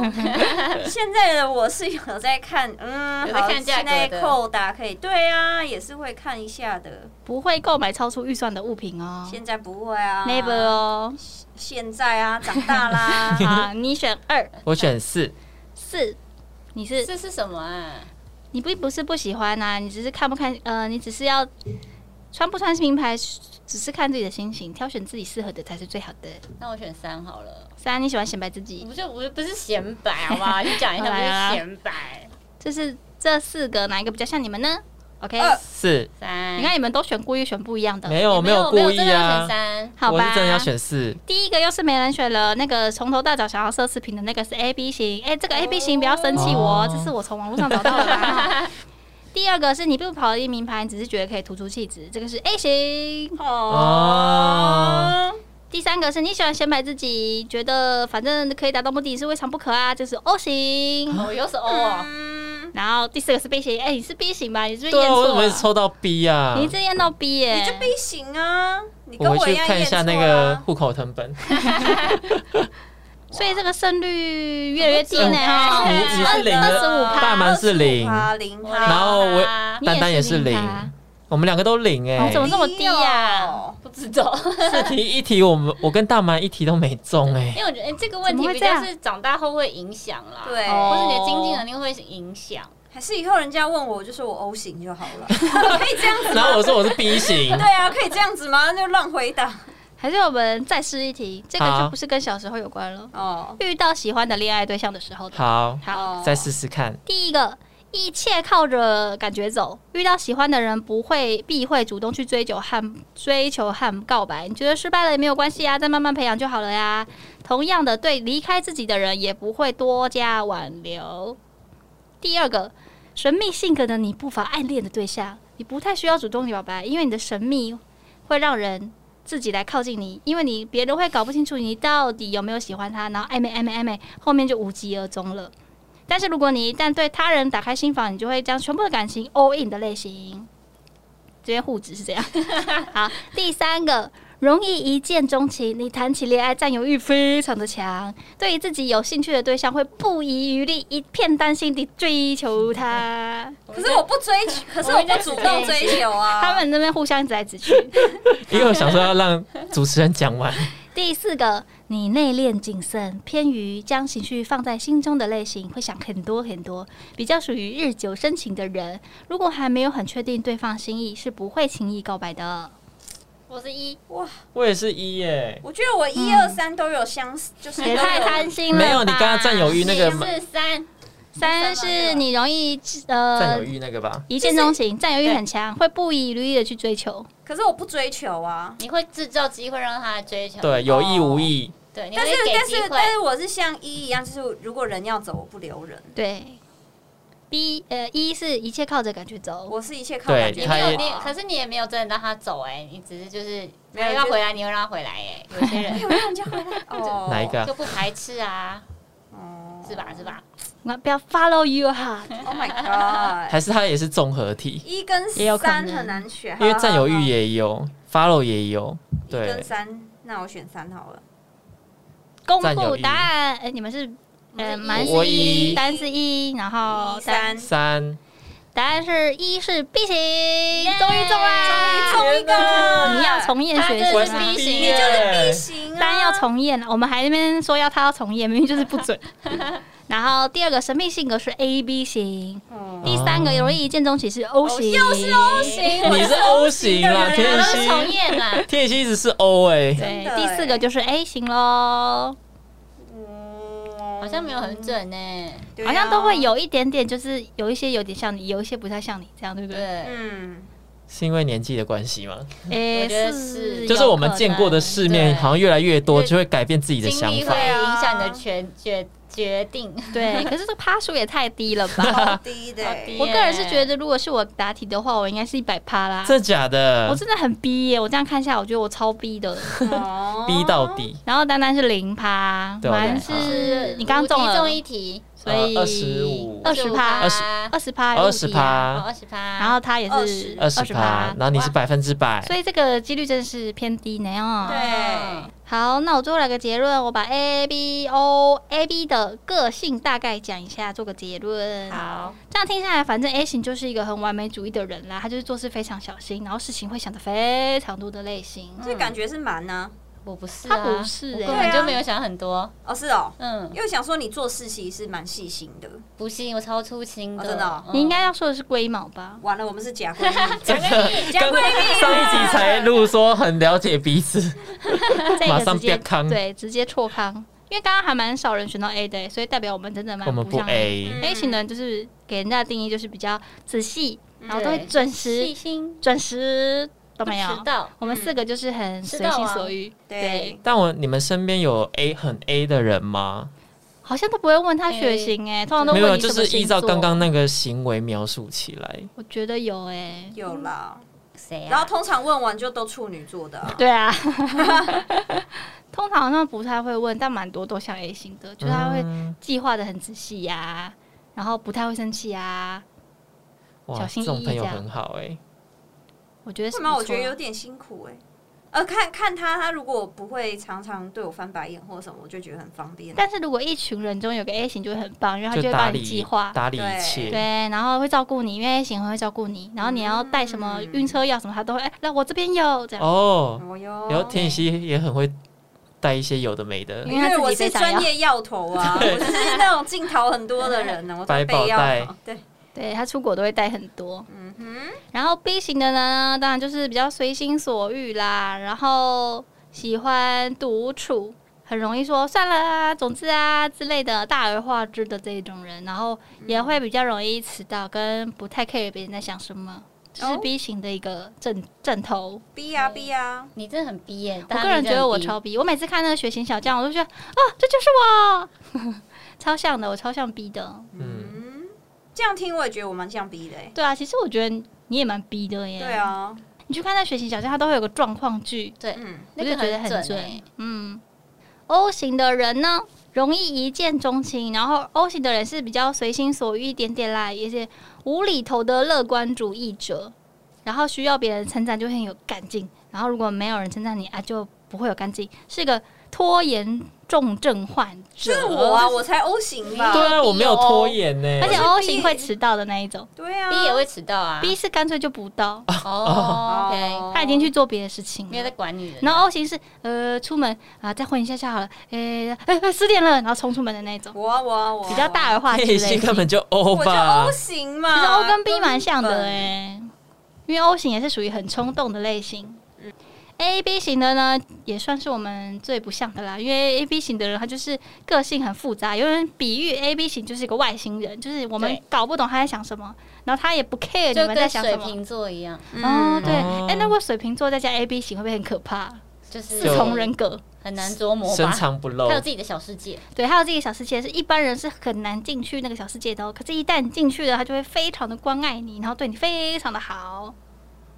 [SPEAKER 3] 现在的我是有在看，嗯，
[SPEAKER 4] 有在
[SPEAKER 3] 好
[SPEAKER 4] 看价格
[SPEAKER 3] 现
[SPEAKER 4] 的
[SPEAKER 3] 在扣打可以，对啊，也是会看一下的。
[SPEAKER 2] 不会购买超出预算的物品哦
[SPEAKER 3] 现在不会啊
[SPEAKER 2] ，never 哦。，
[SPEAKER 3] 现在啊，长大啦
[SPEAKER 2] 好，你选二
[SPEAKER 1] 我选四，
[SPEAKER 2] 四，你是
[SPEAKER 4] 这是什么啊？
[SPEAKER 2] 啊你并不是不喜欢呐、你只是看不看，呃，你只是要穿不穿名牌只是看自己的心情，挑选自己适合的才是最好的。
[SPEAKER 4] 那我选三好了。
[SPEAKER 2] 三，你喜欢显摆自己，
[SPEAKER 4] 不是，我不是显摆，好不 好？你讲一
[SPEAKER 2] 好
[SPEAKER 4] 下，不
[SPEAKER 2] 来啊
[SPEAKER 4] 是显摆。
[SPEAKER 2] 就是这四个哪一个比较像你们呢？OK，、
[SPEAKER 3] 二
[SPEAKER 1] 四，
[SPEAKER 4] 三，
[SPEAKER 2] 你看你们都选故意选不一样的，
[SPEAKER 1] 没有
[SPEAKER 4] 也
[SPEAKER 1] 哦没
[SPEAKER 4] 没
[SPEAKER 1] 有
[SPEAKER 4] 有
[SPEAKER 1] 故
[SPEAKER 4] 真
[SPEAKER 1] 意
[SPEAKER 4] 的要
[SPEAKER 1] 啊
[SPEAKER 4] 选，三，
[SPEAKER 2] 好
[SPEAKER 1] 我
[SPEAKER 2] 吧？
[SPEAKER 1] 是真的要选四，
[SPEAKER 2] 第一个又是没人选了，那个从头到脚想要奢侈品的那个是 A B 型，哎、这个 A B 型不要生气我，
[SPEAKER 1] 哦
[SPEAKER 2] 这是我从网络上找到的 啦。第二个是你不跑一名牌，你只是觉得可以突出气质，这个是 A 型。
[SPEAKER 1] 哦
[SPEAKER 3] 哦，
[SPEAKER 2] 第三个是你喜欢显摆自己，觉得反正可以达到目的是未尝不可啊，这是 O 型。
[SPEAKER 4] 我又是 O 啊，
[SPEAKER 3] 嗯，
[SPEAKER 2] 然后第四个是 B 型，哎、你是 B 型吧？你是不是
[SPEAKER 1] 对
[SPEAKER 2] 验
[SPEAKER 1] 啊，我怎么
[SPEAKER 2] 错
[SPEAKER 1] 会
[SPEAKER 2] 了？
[SPEAKER 1] 抽到 B 啊？
[SPEAKER 2] 你一直验到 B 耶、
[SPEAKER 3] 你就 B 型啊，你跟
[SPEAKER 1] 我
[SPEAKER 3] 我
[SPEAKER 1] 回
[SPEAKER 3] 一
[SPEAKER 1] 去
[SPEAKER 3] 样
[SPEAKER 1] 看一
[SPEAKER 3] 验错
[SPEAKER 1] 下那个
[SPEAKER 3] 啊。
[SPEAKER 1] 户口成本，
[SPEAKER 2] 所以这个胜率越来越低呢、
[SPEAKER 1] 你你 是零
[SPEAKER 2] 二十
[SPEAKER 1] 的，
[SPEAKER 2] 五
[SPEAKER 1] 大
[SPEAKER 2] 趴，
[SPEAKER 1] 满是零，
[SPEAKER 3] 啊，零
[SPEAKER 4] 我
[SPEAKER 3] 趴，
[SPEAKER 1] 然后我
[SPEAKER 4] 啊
[SPEAKER 1] 丹丹也
[SPEAKER 2] 你也
[SPEAKER 1] 是
[SPEAKER 2] 是零
[SPEAKER 1] 零
[SPEAKER 2] 啊，
[SPEAKER 1] 我们两个都零哎
[SPEAKER 2] 哦怎么，这么低呀
[SPEAKER 3] 哦
[SPEAKER 4] 不知道，
[SPEAKER 1] 四题一题我们我跟大满一题都没中哎
[SPEAKER 4] 因，为我觉得哎这个问
[SPEAKER 2] 怎
[SPEAKER 4] 题
[SPEAKER 2] 么会
[SPEAKER 4] 比
[SPEAKER 2] 这
[SPEAKER 4] 较
[SPEAKER 2] 样
[SPEAKER 4] 是长大后会影响啦，
[SPEAKER 3] 对
[SPEAKER 4] 或是你的经济能力会影响。
[SPEAKER 3] 还是以后人家问我，我就说我 O 型就好了， 可以这样子
[SPEAKER 1] 然
[SPEAKER 3] 吗？
[SPEAKER 1] 后我说我是 B 型
[SPEAKER 3] 对，啊，可以这样子吗？那就乱回答
[SPEAKER 2] 还是我们再试一题，这个
[SPEAKER 1] 好
[SPEAKER 2] 就不是跟小时候有关了。
[SPEAKER 3] 哦。
[SPEAKER 2] 遇到喜欢的恋爱对象的时候的，
[SPEAKER 1] 好，
[SPEAKER 2] 好，
[SPEAKER 3] 哦
[SPEAKER 1] 再试试看，
[SPEAKER 2] 第一个，一切靠着感觉走。遇到喜欢的人，不会必会主动去追求和追求和告白。你觉得失败了也没有关系啊，再慢慢培养就好了呀。同样的，对离开自己的人，也不会多加挽留。第二个，神秘性格的你不乏暗恋的对象，你不太需要主动表白，因为你的神秘会让人。自己来靠近你，因为你别人会搞不清楚你到底有没有喜欢他，然后暧昧暧昧暧昧，后面就无疾而终了。但是如果你一旦对他人打开心房，你就会将全部的感情 all in 的类型。这边互指是这样。 好，第三个，容易一见钟情，你谈起恋爱占有欲非常的强，对于自己有兴趣的对象会不遗余力，一片担心地追求他。
[SPEAKER 3] 可是我不追求，可是我不主动追求啊。
[SPEAKER 2] 他们那边互相指来指去。
[SPEAKER 1] 因为我想说要让主持人讲完，
[SPEAKER 2] 第四个，你内敛谨慎，偏于将情绪放在心中的类型，会想很多很多，比较属于日久生情的人。如果还没有很确定对方心意，是不会轻易告白的。
[SPEAKER 4] 我是一，
[SPEAKER 3] 哇，
[SPEAKER 1] 我也是一耶，
[SPEAKER 3] 我觉得我一二三都有相似，就是
[SPEAKER 2] 也
[SPEAKER 3] 都
[SPEAKER 2] 太
[SPEAKER 3] 有
[SPEAKER 2] 贪心了吧。
[SPEAKER 1] 没有你刚刚占有欲那个
[SPEAKER 4] 你是三，
[SPEAKER 2] 三是你容易
[SPEAKER 1] 占
[SPEAKER 2] 呃
[SPEAKER 1] 有欲那个吧，
[SPEAKER 2] 一见钟情，占有欲很强，会不遗余力的去追求。
[SPEAKER 3] 可是我不追求啊。
[SPEAKER 4] 你会制造机会让他来追求，
[SPEAKER 1] 对，有意无意，
[SPEAKER 4] 对，你会
[SPEAKER 3] 但是
[SPEAKER 4] 给
[SPEAKER 3] 但
[SPEAKER 4] 机
[SPEAKER 3] 是但
[SPEAKER 4] 会。
[SPEAKER 3] 是我是像一一样，就是如果人要走，我不留人。
[SPEAKER 2] 对，B 呃一是一切靠着感觉走。
[SPEAKER 3] 我是一切靠感觉
[SPEAKER 4] 你
[SPEAKER 1] 他
[SPEAKER 4] 没有
[SPEAKER 1] 也
[SPEAKER 4] 你，可是你也没有真的让他走哎、你只是就是没有要回来，你会让他回来 哎、有些人
[SPEAKER 3] 让人家回来哦，
[SPEAKER 1] 哪一个啊
[SPEAKER 4] 就不排斥啊，
[SPEAKER 3] 哦
[SPEAKER 4] 是吧？是吧？
[SPEAKER 2] 那不要 follow your heart。
[SPEAKER 3] ？Oh my god！
[SPEAKER 1] 还是他也是综合体，
[SPEAKER 3] 一跟
[SPEAKER 2] 也有可
[SPEAKER 3] 三
[SPEAKER 2] 能
[SPEAKER 3] 很难选，
[SPEAKER 1] 因为占有欲也有，follow 也有，
[SPEAKER 3] 一跟
[SPEAKER 1] 对，
[SPEAKER 3] 三，那我选三好了。
[SPEAKER 2] 公
[SPEAKER 1] 占有
[SPEAKER 2] 布
[SPEAKER 1] 欲
[SPEAKER 2] 答案，哎，你们是呃，蛮
[SPEAKER 1] 我
[SPEAKER 2] 是
[SPEAKER 1] 一
[SPEAKER 2] 一，单是一，然后
[SPEAKER 3] 一三
[SPEAKER 1] 三，
[SPEAKER 2] 答案是一是 B 型，终
[SPEAKER 4] 终
[SPEAKER 2] 于
[SPEAKER 4] 于
[SPEAKER 2] 中
[SPEAKER 4] 中
[SPEAKER 2] 啦！
[SPEAKER 4] 啦
[SPEAKER 3] 中一个了，
[SPEAKER 2] 你要重验学
[SPEAKER 4] 我
[SPEAKER 1] 我
[SPEAKER 4] 也
[SPEAKER 1] 是
[SPEAKER 2] 习
[SPEAKER 4] 是啊
[SPEAKER 2] 吗？
[SPEAKER 4] B 型
[SPEAKER 1] 耶
[SPEAKER 3] 就是 B 型啊，
[SPEAKER 2] 单要重验，我们还那边说要他要重验，明明就是不 准。然后第二个神秘性格是 A B 型，
[SPEAKER 3] 哦
[SPEAKER 2] 第三个容易一见钟情是 O 型，
[SPEAKER 4] 哦又是 O 型
[SPEAKER 1] 你是 O 型啦，
[SPEAKER 3] 我是 O 型的
[SPEAKER 1] 天
[SPEAKER 3] 人
[SPEAKER 4] 都
[SPEAKER 3] 啊
[SPEAKER 4] 是重
[SPEAKER 1] 蝎，
[SPEAKER 4] 验 啊，
[SPEAKER 1] 天蝎一直是 O 哎，
[SPEAKER 2] 对
[SPEAKER 3] 真的，
[SPEAKER 2] 第
[SPEAKER 3] 欸
[SPEAKER 2] 四个就是 A 型喽，
[SPEAKER 3] 嗯
[SPEAKER 4] 好像没有很，准呢、
[SPEAKER 3] 对啊
[SPEAKER 2] 好像都会。有一点点，就是有一些有点像你，有一些不太像你，这样对不对？
[SPEAKER 4] 对，
[SPEAKER 3] 嗯，
[SPEAKER 1] 是因为年纪的关系吗？
[SPEAKER 2] 哎
[SPEAKER 4] 我觉得是
[SPEAKER 1] 就是我们见过的世面
[SPEAKER 4] 对
[SPEAKER 1] 好像越来越多，
[SPEAKER 4] 对
[SPEAKER 1] 就会改变自己的
[SPEAKER 4] 经
[SPEAKER 1] 想
[SPEAKER 4] 历
[SPEAKER 1] 法
[SPEAKER 4] 会。
[SPEAKER 2] 啊
[SPEAKER 4] 影响你的决决决定。
[SPEAKER 2] 对，可是这趴数也太低了 吧？
[SPEAKER 3] 好低的欸，
[SPEAKER 4] 好低
[SPEAKER 2] 我个人是觉得，如果是我答题的话，我应该是一百趴啦。
[SPEAKER 1] 真的假的
[SPEAKER 2] 我？真的很逼耶、我这样看一下，我觉得我超逼的。
[SPEAKER 3] 哦
[SPEAKER 2] 啊
[SPEAKER 1] 逼到。底，
[SPEAKER 2] 然后丹丹是零趴，
[SPEAKER 1] 对我啊
[SPEAKER 2] 蛮
[SPEAKER 1] 零趴呃
[SPEAKER 2] 是你刚中
[SPEAKER 4] 五题中
[SPEAKER 2] 了，
[SPEAKER 4] 一题，
[SPEAKER 2] 所以
[SPEAKER 1] 25
[SPEAKER 2] 二十趴
[SPEAKER 1] 二，
[SPEAKER 2] 二十啊趴，
[SPEAKER 1] 二十
[SPEAKER 4] 哦
[SPEAKER 1] 趴，
[SPEAKER 4] 二十趴，
[SPEAKER 2] 啊然后他也是
[SPEAKER 3] 20
[SPEAKER 1] 二十趴，然后你是百分之百，
[SPEAKER 2] 所以这个几率真的是偏低呢哦。
[SPEAKER 4] 啊
[SPEAKER 3] 对，
[SPEAKER 2] 好，那我最后来个结论，我把 A B O A B 的个性大概讲一下，做个结论。
[SPEAKER 4] 好，
[SPEAKER 2] 这样听下来，反正 A 型就是一个很完美主义的人
[SPEAKER 1] 嗯
[SPEAKER 2] 啦，他就是做事非常小心，然后事情会想的非常多的类型。
[SPEAKER 3] 这感觉是蛮呢，
[SPEAKER 4] 我不是、
[SPEAKER 2] 他
[SPEAKER 4] 啊，
[SPEAKER 2] 不是
[SPEAKER 4] 我
[SPEAKER 2] 欸
[SPEAKER 4] 根本就没有想很多。
[SPEAKER 3] 哦，是哦，
[SPEAKER 4] 嗯，
[SPEAKER 3] 因为想说你做事其实是蛮细心的。
[SPEAKER 4] 不信我超粗心的，
[SPEAKER 3] 哦真的哦
[SPEAKER 4] 嗯
[SPEAKER 2] 你应该要说的是龟毛吧？
[SPEAKER 3] 完了，我们是假闺蜜，
[SPEAKER 1] 真的
[SPEAKER 3] 假闺蜜。
[SPEAKER 1] 上一集才录说很了解彼此，
[SPEAKER 2] 这
[SPEAKER 1] 马
[SPEAKER 2] 个
[SPEAKER 1] 上
[SPEAKER 2] 直接
[SPEAKER 1] 变康
[SPEAKER 2] 对，直接错康，因为刚刚还蛮少人选到 A 的欸，所以代表我们真的蛮
[SPEAKER 1] 我们不
[SPEAKER 2] 像
[SPEAKER 1] A，
[SPEAKER 3] 嗯
[SPEAKER 2] A 型的人，就是给人家的定义就是比较仔细，然后都会
[SPEAKER 4] 对
[SPEAKER 2] 准时，
[SPEAKER 4] 细心
[SPEAKER 2] 准时都没
[SPEAKER 4] 不
[SPEAKER 2] 有
[SPEAKER 4] 迟。到，
[SPEAKER 2] 我们四个就是
[SPEAKER 1] 嗯
[SPEAKER 2] 很随
[SPEAKER 4] 知道
[SPEAKER 2] 心
[SPEAKER 4] 啊
[SPEAKER 2] 所欲，
[SPEAKER 3] 对，
[SPEAKER 1] 但我你们身边有 A 很 A 的人吗？
[SPEAKER 2] 好像都不会问他血型哎、通常都
[SPEAKER 1] 没
[SPEAKER 2] 问
[SPEAKER 1] 有，啊
[SPEAKER 2] 你
[SPEAKER 1] 就
[SPEAKER 2] 什么
[SPEAKER 1] 是依
[SPEAKER 2] 星
[SPEAKER 1] 照
[SPEAKER 2] 座
[SPEAKER 1] 刚，刚那个行为描述起来。
[SPEAKER 2] 我觉得有哎、
[SPEAKER 3] 有欸啦。
[SPEAKER 4] 谁啊？
[SPEAKER 3] 然后通常问完就都处女座的啊，
[SPEAKER 2] 对 啊，通常好像不太会问，但蛮多都像 A 型的，就是他会
[SPEAKER 1] 嗯
[SPEAKER 2] 计划的很仔细呀、然后不太会生气啊呀、
[SPEAKER 1] 哇，
[SPEAKER 2] 小心
[SPEAKER 1] 这种
[SPEAKER 2] 翼翼
[SPEAKER 1] 朋友
[SPEAKER 2] 这样
[SPEAKER 1] 很好哎、
[SPEAKER 2] 我觉得是
[SPEAKER 3] 为什么
[SPEAKER 2] 不
[SPEAKER 3] 我觉得
[SPEAKER 2] 错啊
[SPEAKER 3] 有点辛苦哎、呃，看看他，他如果不会常常对我翻白眼或什么，我就觉得很方便。
[SPEAKER 2] 但是如果一群人中有个 A 型就会很棒，因为他
[SPEAKER 1] 就
[SPEAKER 2] 就会
[SPEAKER 1] 打
[SPEAKER 2] 帮
[SPEAKER 1] 理
[SPEAKER 2] 你计划，
[SPEAKER 1] 打理一
[SPEAKER 3] 对
[SPEAKER 1] 切，
[SPEAKER 2] 对，然后会照顾你，因为 A 型很会照顾你。然后你要带什么
[SPEAKER 3] 嗯
[SPEAKER 2] 晕车药什么，他都会。哎、那我这边有这样。
[SPEAKER 1] 哦。
[SPEAKER 3] 哦哟
[SPEAKER 1] 然后田雨希也很会带一些有的没的，
[SPEAKER 2] 嗯
[SPEAKER 3] 因为我是专业药头啊，我是那种镜头很多的人呢，我
[SPEAKER 1] 百
[SPEAKER 3] 是
[SPEAKER 1] 宝
[SPEAKER 3] 备
[SPEAKER 1] 袋
[SPEAKER 3] 药头。对，
[SPEAKER 2] 对他出国都会带很多。
[SPEAKER 3] 嗯哼，
[SPEAKER 2] 然后 B 型的呢，当然就是比较随心所欲啦，然后喜欢独处，很容易说算了啊，总之啊之类的大而化之的这一种人，然后也会比较容易迟到，跟不太 care 别人在想什么，这是
[SPEAKER 3] 哦
[SPEAKER 2] B 型的一个正正头。
[SPEAKER 3] 逼呀逼啊呀，
[SPEAKER 4] 你真的很逼耶！
[SPEAKER 2] 我
[SPEAKER 4] 大家
[SPEAKER 2] 个人
[SPEAKER 4] 真的
[SPEAKER 2] 觉得
[SPEAKER 4] 很
[SPEAKER 2] 我
[SPEAKER 4] 逼
[SPEAKER 2] 超逼，我每次看那个血型小将，我都觉得啊，这就是我， 超像的，我超像逼的。
[SPEAKER 1] 嗯，
[SPEAKER 3] 嗯，这样听我也觉得我蛮像逼的哎。
[SPEAKER 2] 对啊，其实我觉得你也蛮逼的耶。
[SPEAKER 3] 对，啊，
[SPEAKER 2] 你去看那血型小将，它都会有个状况剧，
[SPEAKER 3] 嗯，
[SPEAKER 4] 那
[SPEAKER 2] 我
[SPEAKER 4] 个
[SPEAKER 2] 就觉得很
[SPEAKER 4] 准
[SPEAKER 2] 准
[SPEAKER 4] 欸。
[SPEAKER 2] 嗯，O 型的人呢，容易一见钟情，然后 O 型的人是比较随心所欲一点点啦，也是无厘头的乐观主义者，然后需要别人称赞就会很有干劲，然后如果没有人称赞你啊，就不会有干劲，是个拖延重症患者。
[SPEAKER 3] 是我啊，我才 O 型吧？
[SPEAKER 1] 对啊，我没有拖
[SPEAKER 3] 哦。
[SPEAKER 1] 延呢、
[SPEAKER 2] 而且
[SPEAKER 3] 我是
[SPEAKER 2] O
[SPEAKER 3] B
[SPEAKER 2] 型会迟到的那一种
[SPEAKER 3] 对啊，
[SPEAKER 4] 逼也会迟到啊。
[SPEAKER 2] ，B 是干脆就不到，
[SPEAKER 4] 哦
[SPEAKER 3] 哦
[SPEAKER 4] ，OK，
[SPEAKER 2] 他已经去做别的事情
[SPEAKER 4] 没有在
[SPEAKER 2] 了。
[SPEAKER 4] 管你了。
[SPEAKER 2] 然后 O 型是呃出门啊再混一下下好了，呃诶诶诶十点了，然后冲出门的那种。
[SPEAKER 3] 我啊我啊我啊
[SPEAKER 2] 比较大，而化之
[SPEAKER 1] 田雨
[SPEAKER 2] 类
[SPEAKER 1] 希
[SPEAKER 2] 的。
[SPEAKER 1] 根本就欧
[SPEAKER 3] 我就
[SPEAKER 1] 吧
[SPEAKER 3] O，型嘛。
[SPEAKER 2] 其实 O 跟 B 蛮像的
[SPEAKER 4] 嗯
[SPEAKER 3] 根
[SPEAKER 2] 哎、
[SPEAKER 3] 本
[SPEAKER 2] 因为 O 型也是属于很冲动的类型。A B 型的呢，也算是我们最不像的啦，因为 A B 型的人他就是个性很复杂，有人比喻 A B 型就是一个外星人，就是我们
[SPEAKER 4] 对
[SPEAKER 2] 搞不懂他在想什么，然后他也不 care 你
[SPEAKER 4] 就
[SPEAKER 2] 们在
[SPEAKER 4] 跟
[SPEAKER 2] 想什
[SPEAKER 4] 水
[SPEAKER 2] 么。
[SPEAKER 4] 瓶座一样，
[SPEAKER 2] 哦，
[SPEAKER 3] 嗯
[SPEAKER 2] 对，
[SPEAKER 1] 哦
[SPEAKER 2] 哎、那如果水瓶座再加 A B 型，会不会很可怕？
[SPEAKER 4] 就是
[SPEAKER 2] 四重人格，
[SPEAKER 4] 很难琢磨
[SPEAKER 1] 深
[SPEAKER 4] 吧。
[SPEAKER 1] 藏不露
[SPEAKER 4] 他。有自己的小世界，
[SPEAKER 2] 对，还有自己的小世界，是一般人是很难进去那个小世界的哦。可是，一旦你进去了，他就会非常的关爱你，然后对你非常的好。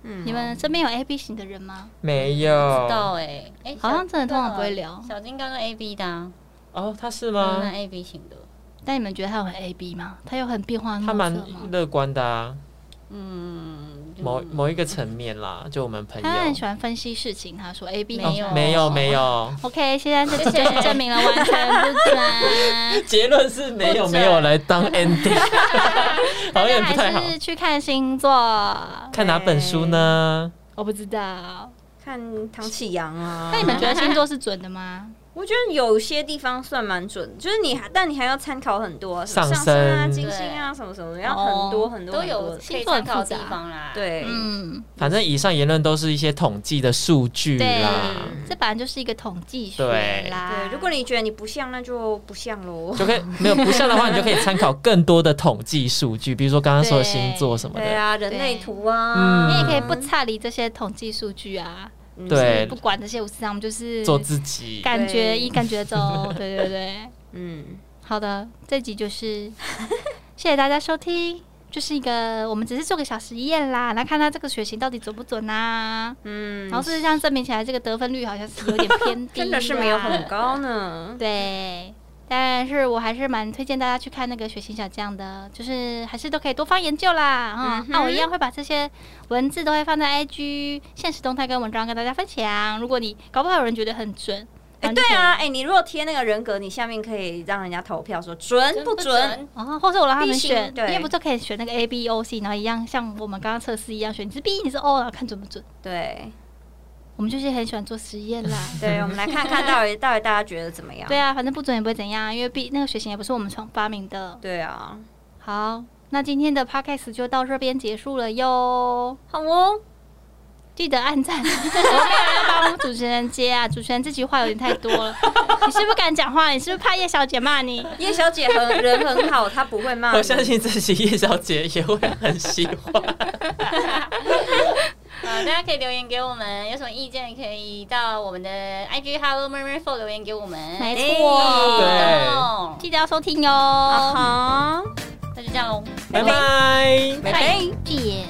[SPEAKER 3] 嗯
[SPEAKER 2] 你们身边有 A B 型的人吗？
[SPEAKER 1] 没
[SPEAKER 4] 不
[SPEAKER 1] 有
[SPEAKER 4] 知道哎哎，
[SPEAKER 2] 好像真的通常不会
[SPEAKER 4] 聊。
[SPEAKER 2] 聊，
[SPEAKER 4] 啊小金刚跟 A B 的啊，
[SPEAKER 1] 哦，他是
[SPEAKER 4] 嗯那
[SPEAKER 1] 吗？
[SPEAKER 4] A B 型的，
[SPEAKER 2] 但你们觉得他有很 A B 吗？他有很变化莫
[SPEAKER 1] 他
[SPEAKER 2] 测吗？
[SPEAKER 1] 蛮乐观的啊，
[SPEAKER 4] 嗯，
[SPEAKER 1] 某某一个层面啦，就我们朋友
[SPEAKER 2] 他很喜欢分析事情，他说 A B
[SPEAKER 1] 哦
[SPEAKER 4] 没有
[SPEAKER 1] 没有没有，
[SPEAKER 2] OK，现在这 就是证明了完全不准。
[SPEAKER 1] 结论是没有
[SPEAKER 4] 不准
[SPEAKER 1] 没有来当 ending，好像
[SPEAKER 2] 大
[SPEAKER 1] 也
[SPEAKER 2] 家
[SPEAKER 1] 不太好
[SPEAKER 2] 还。是去看星座，
[SPEAKER 1] 看哪本书呢？
[SPEAKER 2] 我不知道。
[SPEAKER 3] 看唐启阳啊。
[SPEAKER 2] 那你们觉得星座是准的吗？
[SPEAKER 3] 我觉得有些地方算蛮准，就是你还，但你还要参考很多、啊，什么
[SPEAKER 1] 上
[SPEAKER 3] 上升啊、
[SPEAKER 1] 升
[SPEAKER 3] 金星啊，什么什么的，要很
[SPEAKER 2] 哦
[SPEAKER 3] 多很多
[SPEAKER 4] 都
[SPEAKER 3] 很多
[SPEAKER 4] 有
[SPEAKER 3] 的
[SPEAKER 4] 可以
[SPEAKER 2] 星座很
[SPEAKER 4] 参考
[SPEAKER 2] 复杂
[SPEAKER 4] 的地方啦。，
[SPEAKER 3] 对，
[SPEAKER 2] 嗯，
[SPEAKER 1] 反正以上言论都是一些统计的数据
[SPEAKER 2] 对
[SPEAKER 1] 啦，，
[SPEAKER 2] 这本来就是一个统计
[SPEAKER 1] 对
[SPEAKER 2] 学啦。
[SPEAKER 3] 对。如果你觉得你不像，那就不像喽。
[SPEAKER 1] 就可以没有不像的话，你就可以参考更多的统计数据，比如说刚刚说的星座什么
[SPEAKER 3] 对
[SPEAKER 1] 的。
[SPEAKER 3] 啊，人类图
[SPEAKER 1] 嗯
[SPEAKER 3] 啊，
[SPEAKER 2] 你也可以不差离这些统计数据啊，
[SPEAKER 3] 嗯
[SPEAKER 1] 对
[SPEAKER 2] 不管这些无私我们就是
[SPEAKER 1] 做自己，
[SPEAKER 2] 感觉
[SPEAKER 3] 对
[SPEAKER 2] 一感 觉走，对对对。
[SPEAKER 3] 嗯，
[SPEAKER 2] 好的，这集就是 谢谢大家收听，就是一个我们只是做个小实验啦，来看看这个血型到底准不准啊。
[SPEAKER 3] 嗯
[SPEAKER 2] 然后事实上证明起来，这个得分率好像是有点偏低，
[SPEAKER 3] 真的是没有很。高呢。
[SPEAKER 2] 对，但是我还是蛮推荐大家去看那个血型小将的，就是还是都可以多方研究啦。嗯
[SPEAKER 3] 嗯哼，
[SPEAKER 2] 那、我一样会把这些文字都会放在 IG 现实动态跟文章跟大家分享。如果你搞不好有人觉得很准，
[SPEAKER 3] 哎、
[SPEAKER 2] 然后就
[SPEAKER 3] 对
[SPEAKER 2] 可以
[SPEAKER 3] 啊，哎、你如果贴那个人格，你下面可以让人家投票说
[SPEAKER 2] 嗯
[SPEAKER 3] 准不准？？
[SPEAKER 2] 哦，或者我让他们
[SPEAKER 3] B 型
[SPEAKER 2] 选，
[SPEAKER 3] 对
[SPEAKER 2] 因为不就可以选那个 A B O C，然后一样像我们刚刚测试一样选，你是 B 你是 O，然后看准不准。
[SPEAKER 3] 对，
[SPEAKER 2] 我们就是很喜欢做实验 啦。
[SPEAKER 3] 对，我们来看看到底到底大家觉得怎么样？
[SPEAKER 2] 对啊，反正不准也不会怎样，因为毕那个血型也不是我们创发明的。
[SPEAKER 3] 对啊，
[SPEAKER 2] 好，那今天的 podcast 就到这边结束了哟。
[SPEAKER 3] 好哦，
[SPEAKER 2] 记得按赞，我没有人帮我们主持人接啊，主持人这句话有点太多了。你是不是敢讲话？你是不是怕叶小姐骂你？
[SPEAKER 3] 叶小姐很人很好，她不会骂你。
[SPEAKER 1] 我相信自己叶小姐也会很喜 欢。
[SPEAKER 4] 呃，大家可以留言给我们，有什么意见可以到我们的 IG Hello Mermaid Four 留言给我们。
[SPEAKER 2] 没
[SPEAKER 3] 哎
[SPEAKER 2] 错，
[SPEAKER 4] 哦，
[SPEAKER 2] 记得要收听哟。
[SPEAKER 3] 啊哈，
[SPEAKER 4] 那就这样喽。
[SPEAKER 1] 拜拜。
[SPEAKER 3] 拜拜。
[SPEAKER 2] 见。